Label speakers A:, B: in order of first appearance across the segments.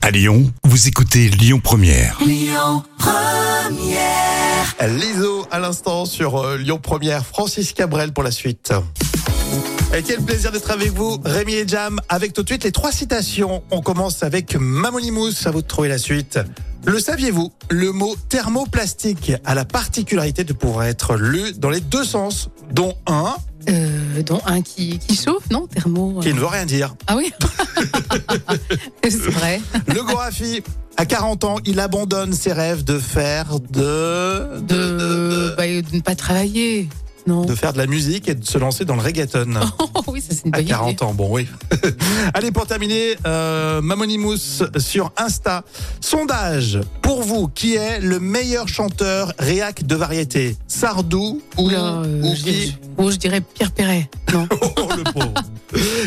A: À Lyon, vous écoutez Lyon Première.
B: L'ISO à l'instant sur euh, Lyon Première, Francis Cabrel pour la suite. Et quel plaisir d'être avec vous, Rémi et Jam, avec tout de suite les trois citations. On commence avec Mamonimous, à vous de trouver la suite. Le saviez-vous, le mot thermoplastique a la particularité de pouvoir être lu dans les deux sens, dont un
C: Euh, dont un qui, qui chauffe, non Thermo. euh.
B: qui ne veut rien dire.
C: Ah oui C'est vrai.
B: Le Gorafi, à 40 ans, il abandonne ses rêves de faire de...
C: De, bah, euh, de ne pas travailler. Non.
B: de faire de la musique et de se lancer dans le reggaeton.
C: Oh, oui, ça c'est une
B: À
C: bonne idée.
B: 40 ans, bon oui. Allez, pour terminer, euh, Mamonimous sur Insta. Sondage, pour vous, qui est le meilleur chanteur réac de variété Sardou ou,
C: Oula, euh,
B: ou
C: je,
B: qui
C: dirais- oh, je dirais Pierre Perret. Non.
B: Oh, le pauvre.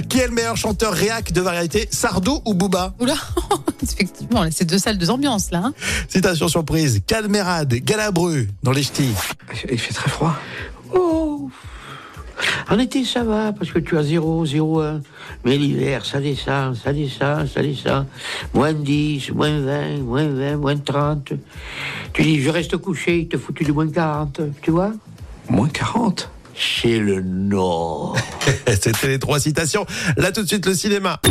B: Qui est le meilleur chanteur réac de variété Sardou ou Booba
C: Oula, effectivement, là, c'est deux salles, deux ambiances là. hein.
B: Citation surprise, Calmerade, Galabru dans les ch'tis.
D: Il fait très froid. Oh En été, ça va, parce que tu as 0, 0, 1. Mais l'hiver, ça descend, ça descend, ça descend. Moins 10, moins 20, moins 20, moins 30. Tu dis, je reste couché, il te foutu du moins 40, tu vois Moins 40 C'est le Nord.
B: C'était les trois citations. Là tout de suite, le cinéma.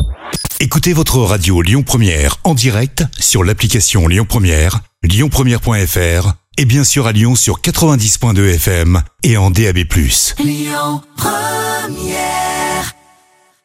A: Écoutez votre radio Lyon Première en direct sur l'application Lyon Première, lyonpremière.fr et bien sûr à Lyon sur 90.2 FM et en DAB+.